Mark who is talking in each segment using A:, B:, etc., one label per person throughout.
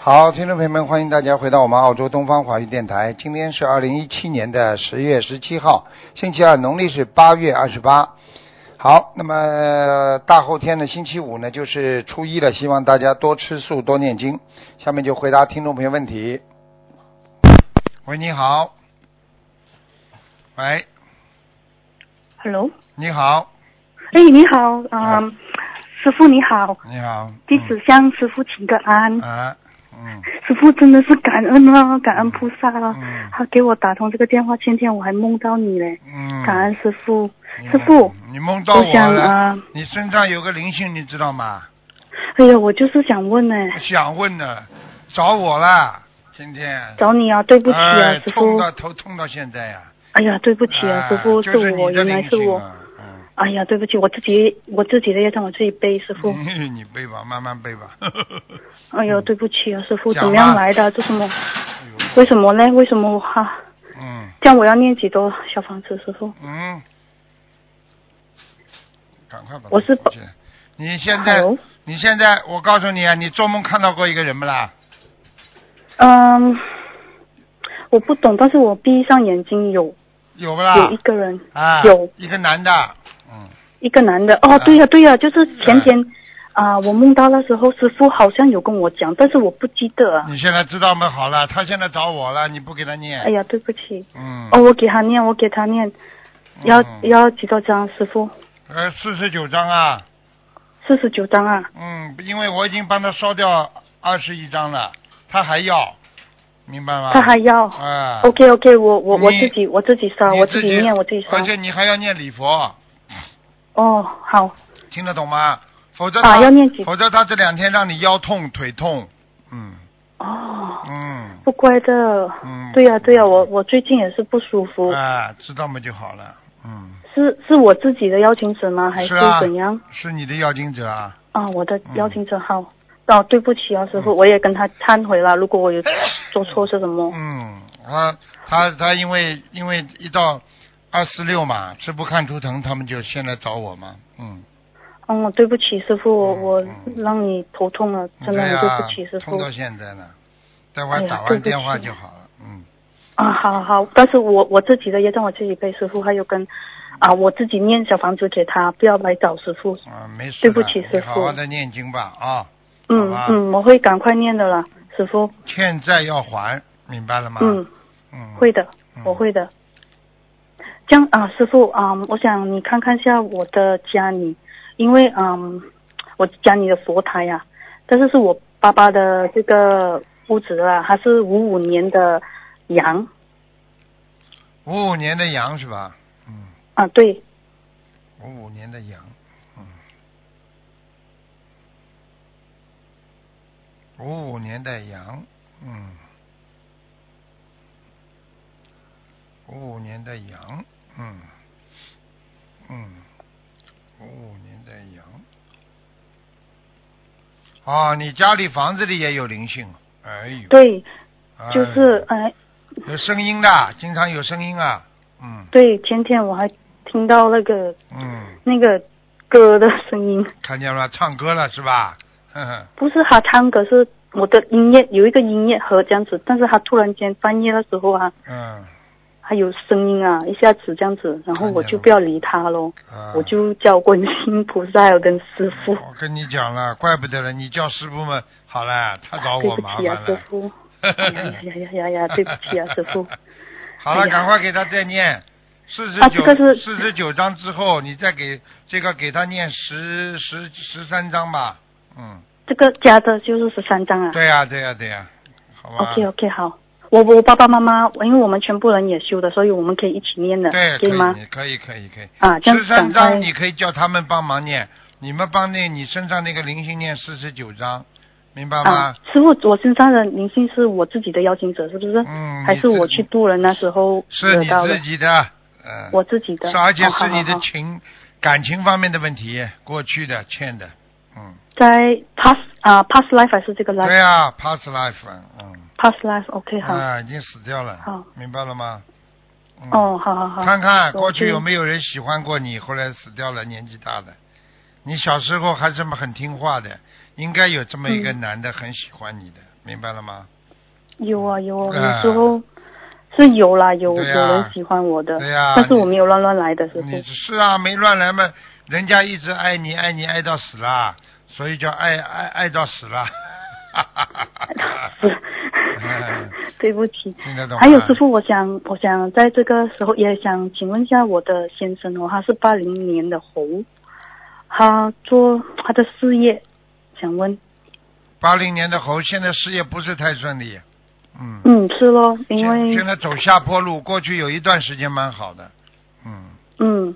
A: 好，听众朋友们，欢迎大家回到我们澳洲东方华语电台。今天是二零一七年的十月十七号，星期二，农历是八月二十八。好，那么呃大后天的星期五呢，就是初一了，希望大家多吃素，多念经。下面就回答听众朋友问题。喂，你好。喂，
B: Hello，
A: 你好，
B: 哎，你好，嗯、
A: 啊
B: 师傅你好，
A: 你好。
B: 弟子向师傅请个安。
A: 嗯啊，嗯
B: 师傅真的是感恩啊，感恩菩萨啊，
A: 嗯
B: 他给我打通这个电话，前天我还梦到你嘞，
A: 嗯。
B: 感恩师傅。
A: 你
B: 师傅，
A: 你梦到
B: 我
A: 我
B: 想
A: 了，
B: 啊、
A: 你身上有个灵性，你知道吗？
B: 哎呀，我就是想问呢，
A: 我想问呢，找我啦，今天。
B: 找你啊，对不起啊，
A: 哎
B: 师
A: 痛
B: 傅，
A: 到头痛到现在呀、
B: 哎呀，对不起啊，
A: 哎
B: 师傅，
A: 就是
B: 我，
A: 你的
B: 原来
A: 灵
B: 是
A: 性
B: 我，
A: 啊嗯
B: 哎呀，对不起，我自己我自己的业障我自己背，师傅，
A: 你你背吧，慢慢背吧。
B: 哎呀，对不起啊，师傅，
A: 讲
B: 怎么样
A: 吧
B: 来的？这什么？
A: 哎呦
B: 为什么嘞？为什么我哈、
A: 嗯
B: 这样我要念几多小房子，师傅？
A: 嗯，赶快吧。
B: 我是
A: 出去你现在
B: Hello？
A: 你现在，我告诉你啊，你做梦看到过一个人不啦？
B: 嗯，我不懂，但是我闭上眼睛有、
A: 有不啦？
B: 有一个人，
A: 啊，
B: 有
A: 一个男的，嗯，
B: 一个男的。
A: 啊
B: 哦，对呀、对呀、就是前天啊、我梦到那时候师傅好像有跟我讲，但是我不记得啊。
A: 你现在知道吗？好了，他现在找我了，你不给他念，
B: 哎呀，对不起。
A: 嗯，
B: 哦，我给他念，我给他念，要、
A: 嗯
B: 要几多张，师傅？
A: 呃，四十九章啊，
B: 四十九张啊。
A: 嗯，因为我已经帮他烧掉二十一章了，他还要，明白吗？
B: 他还要。
A: 啊、
B: OK OK，我我我
A: 你
B: 自己我自己烧，
A: 你
B: 我自己念，我自己烧
A: 而。且你还要念礼佛，
B: 哦，好
A: 听得懂吗？否则他、
B: 啊，要念几？
A: 否则他这两天让你腰痛、腿痛，嗯
B: 哦，
A: 嗯
B: 不乖的。
A: 嗯，
B: 对呀、对呀、我我最近也是不舒服。
A: 啊，知道吗就好了，嗯，
B: 是是我自己的邀请者吗？还
A: 是啊
B: 怎样？
A: 是你的要经者啊，
B: 啊，我的邀请者好。哦，对不起啊，师傅，我也跟他忏悔了。如果我有做错是什么？
A: 嗯，他他他因为因为一到二四六嘛，吃不看图腾，他们就先来找我嘛，嗯，
B: 嗯，对不起，师傅，我我
A: 嗯嗯
B: 让你头痛了，真
A: 对
B: 的很
A: 呀、
B: 对不起，师
A: 痛
B: 傅。
A: 到现在了，待
B: 哎
A: 会
B: 呀
A: 打
B: 对
A: 完
B: 不起
A: 电话就好了，嗯，
B: 啊，好好，但是我我自己的业障我自己背，师傅还有
A: 嗯
B: 跟啊我自己念小房子给他，不要来找师傅。
A: 啊，没事的，
B: 对不起
A: 你
B: 师
A: 好
B: 傅
A: 好的念经吧啊，
B: 嗯
A: 好吧
B: 嗯，我会赶快念的啦，师傅。
A: 欠债要还，明白了吗？
B: 嗯，
A: 嗯，
B: 会的。
A: 嗯
B: 我会的。这样啊，师傅啊、嗯我想你看看一下我的家里，因为嗯，我家里的佛台呀、但是是我爸爸的这个屋子啊，他是五五年的羊
A: 五五年的羊是吧？嗯，
B: 啊，对，
A: 五五年的羊，嗯，五五年的羊，嗯，五五年的羊，嗯，嗯，五五年的羊。哦，你家里房子里也有灵性，哎呦，
B: 对，
A: 哎呦
B: 就是哎，
A: 有声音的，经常有声音啊，嗯
B: 对，前天我还听到那个
A: 嗯，
B: 那个歌的声音，
A: 看见了吗，唱歌了是吧？ 呵呵
B: 不是他唱歌，是我的音乐有一个音乐盒这样子，但是他突然间半夜的时候啊，
A: 嗯，
B: 还有声音啊，一下子这样子，然后我就不要理他喽，
A: 啊
B: 我就叫观音菩萨要跟师傅。
A: 我跟你讲了，怪不得了，你叫师傅们好了， 他找
B: 对
A: 我
B: 不
A: 麻
B: 起
A: 烦
B: 啊，师
A: 了。
B: 傅！哎呀呀呀呀呀！对不起啊，师傅！
A: 好了，
B: 哎呀
A: 赶快给他再念四十
B: 啊这个
A: 九
B: 是
A: 四十九章之后，你再给这个给他念十十十三章吧。嗯，
B: 这个加的就是十三张啊。
A: 对呀、对呀、对呀、好吧。
B: OK OK，好。我我爸爸妈妈，因为我们全部人也修的，所以我们可以一起念的，
A: 对，
B: 可以吗？
A: 可以，可以，可以。
B: 啊，这
A: 十
B: 样赶
A: 三
B: 快
A: 章你可以叫他们帮忙念，你们帮那你身上那个灵性念四十九章，明白吗？
B: 啊！师傅，我身上的灵性是我自己的邀请者，是不是？
A: 嗯你
B: 还是
A: 自
B: 我去渡人那时候
A: 是
B: 惹
A: 你
B: 到的
A: 自？己的，嗯、
B: 我自己的。
A: 是而且
B: 哦好
A: 是你
B: 好
A: 的
B: 好
A: 情、感情方面的问题，过去的欠的，嗯，
B: 在 past 啊 past life 还是这个 life？
A: 对啊，past life，嗯，
B: Past life, OK，好，
A: 啊，已经死掉了，
B: 好
A: 明白了吗？嗯、，
B: 哦，好好好，
A: 看看
B: 我
A: 过去
B: 知
A: 有没有人喜欢过你，后来死掉了，年纪大的，你小时候还这么很听话的，应该有这么一个
B: 嗯
A: 男的很喜欢你的，明白了吗？
B: 有啊有啊，
A: 啊
B: 有时候是有啦，有、
A: 对
B: 有
A: 呀
B: 人喜欢我的，
A: 对呀
B: 但是我
A: 你
B: 没有乱乱来的，师傅
A: 你。是啊，没乱来嘛，人家一直爱你，爱你爱到死啦，所以叫爱爱爱到死 啦。
B: 是
A: 哎，
B: 对不起。
A: 听得懂吗？嗯
B: 还有师傅，我想，我想在这个时候也想请问一下我的先生哦，他是八零年的猴，他做他的事业，想问，
A: 八零年的猴现在事业不是太顺利，嗯，
B: 嗯，是咯，因
A: 现现
B: 为
A: 在走下坡路，过去有一段时间蛮好的，嗯，
B: 嗯，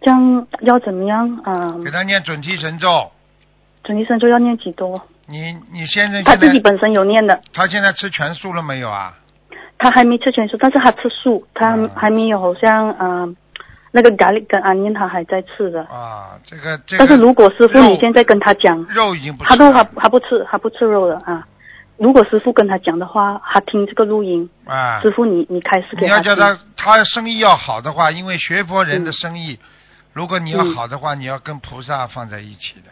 B: 这样要怎么样啊？
A: 给他念准提神咒，
B: 陈医生就要念几多？
A: 你你先生
B: 他
A: 现
B: 自己
A: 在
B: 本身有念的，
A: 他现在吃全素了没有啊？
B: 他还没吃全素，但是他吃素，他
A: 嗯
B: 还没有好像啊、呃那个咖喱跟安念他还在吃的。
A: 啊，这个这个
B: 但是如果师傅
A: 肉
B: 你现在跟他讲，
A: 肉已经不
B: 他
A: 吃
B: 都
A: 了
B: 他他不吃，他不吃肉了啊。如果师傅跟他讲的话，他听这个录音，
A: 啊，
B: 师傅你你开始
A: 你
B: 给
A: 要
B: 听
A: 叫他他生意要好的话，因为学佛人的生意，如果你要
B: 嗯
A: 好的话，你要跟菩萨放在一起的，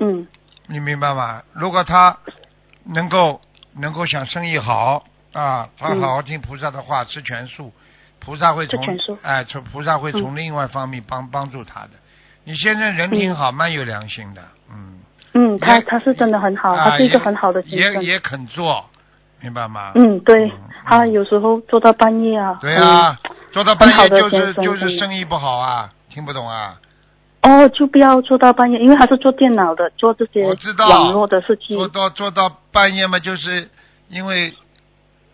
B: 嗯
A: 你明白吗？如果他能够能够想生意好啊，他
B: 嗯
A: 好好听菩萨的话，吃全素，菩萨会从
B: 吃全素嗯
A: 哎，从菩萨会从另外方面帮、帮助他的。你先生人挺好，蛮有良心的，嗯，
B: 嗯，他
A: 也
B: 他是真的很好，
A: 啊
B: 他是一个
A: 也
B: 很好的先
A: 也
B: 生。
A: 也肯做，明白吗？
B: 嗯，对
A: 嗯，
B: 他有时候做到半夜啊。
A: 对啊，做到半
B: 很
A: 夜就
B: 好的先
A: 是
B: 生
A: 就是
B: 嗯
A: 生意不好啊，听不懂啊？
B: 嗯。哦，就不要做到半夜，因为他是做电脑的，做这些
A: 我知道
B: 网络的事情
A: 做。到做到半夜嘛，就是因为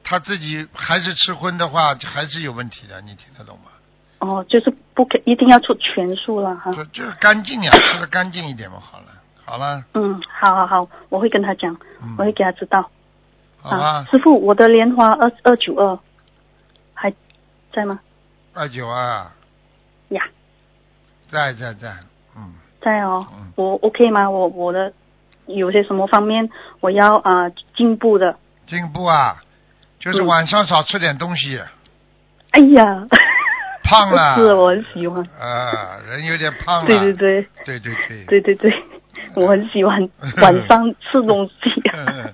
A: 他自己还是吃荤的话，还是有问题的，你听得懂吗？
B: 哦，就是不可一定要出全数了哈。
A: 就就是干净呀，吃的干净一点嘛，好了，好了，
B: 嗯，好好好，我会跟他讲，
A: 嗯
B: 我，会给他知道。啊
A: 好啊吧，
B: 师傅，我的莲花二二九二还在吗？
A: 二九二
B: 呀，
A: 在在在，嗯，
B: 在哦。
A: 嗯
B: 我 OK 吗？我我的有些什么方面我要啊、进步的？
A: 进步啊，就是
B: 嗯
A: 晚上少吃点东西，
B: 哎呀，
A: 胖了
B: 是我很喜欢。
A: 啊，人有点胖了，
B: 对对对
A: 对对对
B: 对对对，我很喜欢晚上吃东西
A: 嗯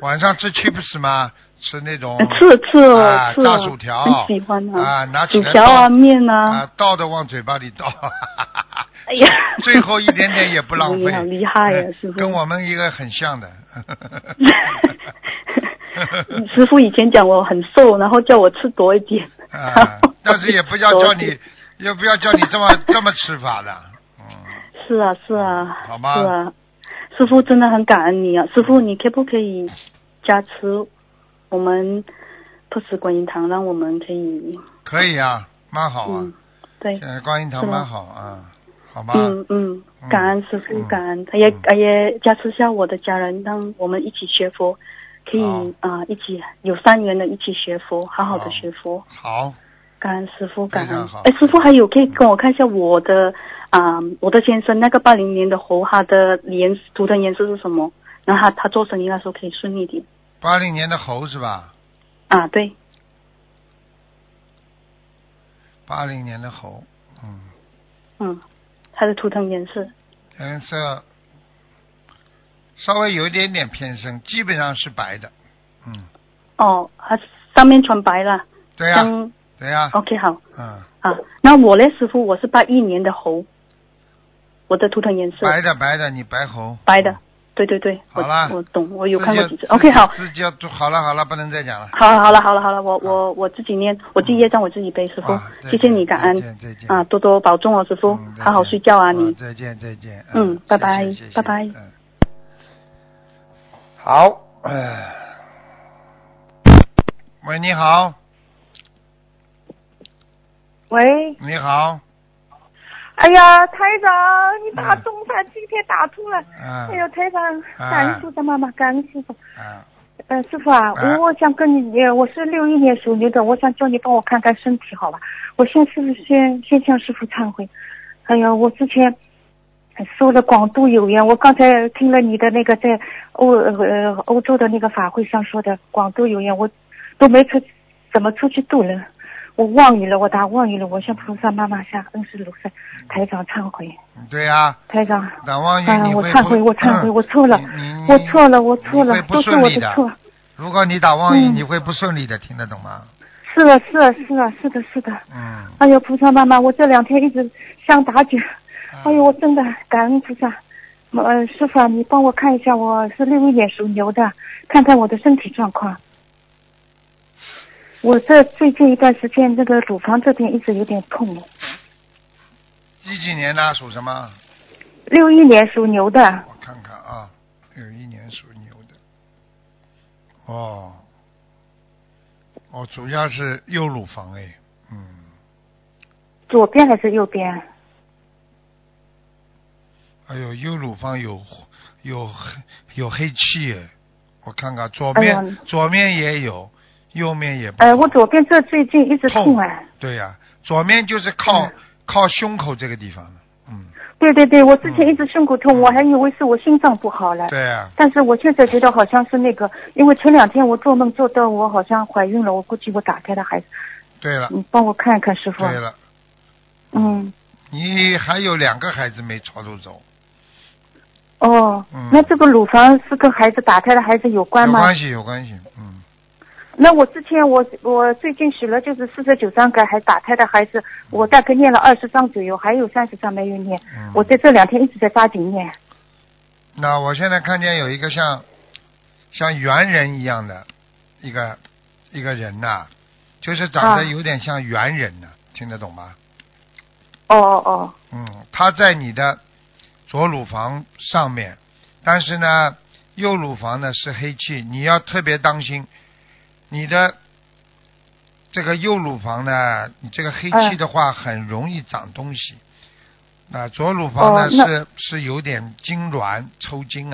A: 晚上吃 chips 吗？吃那种
B: 啊，吃了吃了
A: 啊
B: 吃
A: 炸
B: 了，
A: 薯条
B: 很喜欢
A: 啊拿起
B: 薯
A: 来
B: 条
A: 倒
B: 啊面
A: 啊
B: 啊，，
A: 倒的往嘴巴里倒，
B: 哎呀，
A: 最后一点点也不浪
B: 你
A: 费。
B: 好厉害呀
A: 嗯，
B: 师傅。
A: 跟我们一个很像的。
B: 师傅以前讲我很瘦，然后叫我吃多一点。
A: 啊，但是也不要叫
B: 多一
A: 你
B: 点。，
A: 也不要叫你这么这么吃法的。嗯，
B: 是啊，是啊，
A: 好嗯吧
B: 是啊，师傅真的很感恩你啊！师傅，你可不可以加持我们破石观音堂，让我们可以
A: 可以啊，蛮好啊
B: 嗯，，对
A: 现，在观音堂
B: 是吗
A: 蛮好啊，好吧？
B: 嗯嗯
A: 嗯，
B: 感恩师傅
A: 嗯，
B: 感恩，也
A: 嗯
B: 也加持下我的家人，让我们一起学佛，可以
A: 好
B: 啊、一起有善缘的，一起学佛，好好
A: 好
B: 的学佛。
A: 好，
B: 感恩师傅，感
A: 非常
B: 恩
A: 好。
B: 哎，师傅还有可以跟我看一下我的啊、我的先生那个八零年的猴，他的颜图腾颜色是什么？然后他他做生意那时候可以顺利点
A: 八零年的猴是吧？
B: 啊，对，
A: 八零年的猴，嗯，
B: 嗯，他的图腾颜色，
A: 颜色稍微有一点点偏深，基本上是白的。嗯，
B: 哦，他上面全白了，
A: 对啊呀、
B: 像
A: 对呀、
B: OK 好
A: 嗯，
B: 啊。那我嘞，师傅，我是八一年的猴，我的图腾颜色
A: 白的白的，你白猴。
B: 白的，对对对，我
A: 好啦
B: 我懂，我哦有
A: 自
B: 看
A: 己
B: 过
A: 要
B: 几次
A: 自。己
B: OK 好，
A: 自己要做好了好了，不能再讲了。
B: 好了好了好了好了，我我我自己念，我自己业障我自己背，师傅
A: 啊，再
B: 谢
A: 见
B: 谢你，感恩
A: 再。见再见
B: 啊，，多多保重哦，师傅
A: 嗯，
B: 好好睡觉啊，你。
A: 再见再见。
B: 嗯拜拜
A: 谢谢谢谢
B: 拜拜
A: 嗯好，哎喂，你好，
C: 喂，
A: 你好，
C: 哎呀，台长，你打通了，今天打通了。
A: 嗯
C: 哎呦，台长，
A: 啊
C: 感恩菩萨妈妈，感恩师傅。
A: 啊，
C: 呃，师傅啊，
A: 啊
C: 我想跟你，呃我是六一年属牛的，我想叫你帮我看看身体，好吧？我先是不是先先向师傅忏悔？哎呀，我之前说了广度有缘，我刚才听了你的那个在欧呃欧洲的那个法会上说的广度有缘，我都没出怎么出去度人，我妄语了，我打妄语了，我向菩萨妈妈向恩师卢塞台长忏悔，
A: 对啊呀、
C: 台长，
A: 打妄
B: 哎
A: 语
C: 啊
A: 你
C: 我
A: 会
C: 忏
A: 不
C: 悔我忏悔
A: 嗯
C: 我错了
A: 你你
C: 我错了，我错
A: 你
C: 了
A: 会，不
C: 都是我
A: 顺利
C: 的错。
A: 如果你打妄语，
C: 嗯
A: 你会不顺利的，听得懂吗？
C: 是的，是的，是的，是的，是的。
A: 嗯。
C: 哎呦，菩萨妈妈，我这两天一直想打卷，哎呦，我真的感恩菩萨。呃，师傅啊，你帮我看一下，我是六一年属牛的，看看我的身体状况。我这最近一段时间，这个乳房这边一直有点痛。
A: 几几年呢？属什么？
C: 六一年属牛的，
A: 我看看啊，有一年属牛的。哦，哦，主要是右乳房哎，嗯，
C: 左边还是右边？
A: 哎呦，右乳房有有黑有黑气哎，我看看左
C: 哎
A: 面、
C: 呀
A: 左面也有，右面也不好。
C: 呃，我左边这最近一直痛哎、
A: 对呀、左面就是靠、
C: 嗯
A: 靠胸口这个地方了，嗯，
C: 对对对，我之
A: 嗯
C: 前一直胸口痛，我还以为是我心脏不好了。
A: 对呀、
C: 但是我现在觉得好像是那个，因为前两天我做梦做到我好像怀孕了，我估计我打胎了孩子，
A: 对了，
C: 你帮我看看师傅
A: 啊
C: 啊
A: 对。了，
C: 嗯，
A: 你还有两个孩子没超度走，
C: 哦，
A: 嗯
C: 那这个乳房是跟孩子打胎的孩子有关
A: 有
C: 吗？
A: 关系有关系，嗯，
C: 那我之前我我最近许了就是四十九张给还打胎的孩
A: 嗯
C: 子，我大概念了二十张左右，还有三十张没有念。
A: 嗯
C: 我在这两天一直在抓紧念。
A: 那我现在看见有一个像像猿人一样的一个一个人呐、就是长得
C: 啊
A: 有点像猿人呐、听得懂吗？
C: 哦哦哦，
A: 嗯，他在你的左乳房上面，但是呢，右乳房呢是黑气，你要特别当心。你的这个右乳房呢，你这个黑气
C: 嗯
A: 的话，很容易长东西。啊、左乳房呢、
C: 哦那
A: 是是有点痉挛、抽筋啊。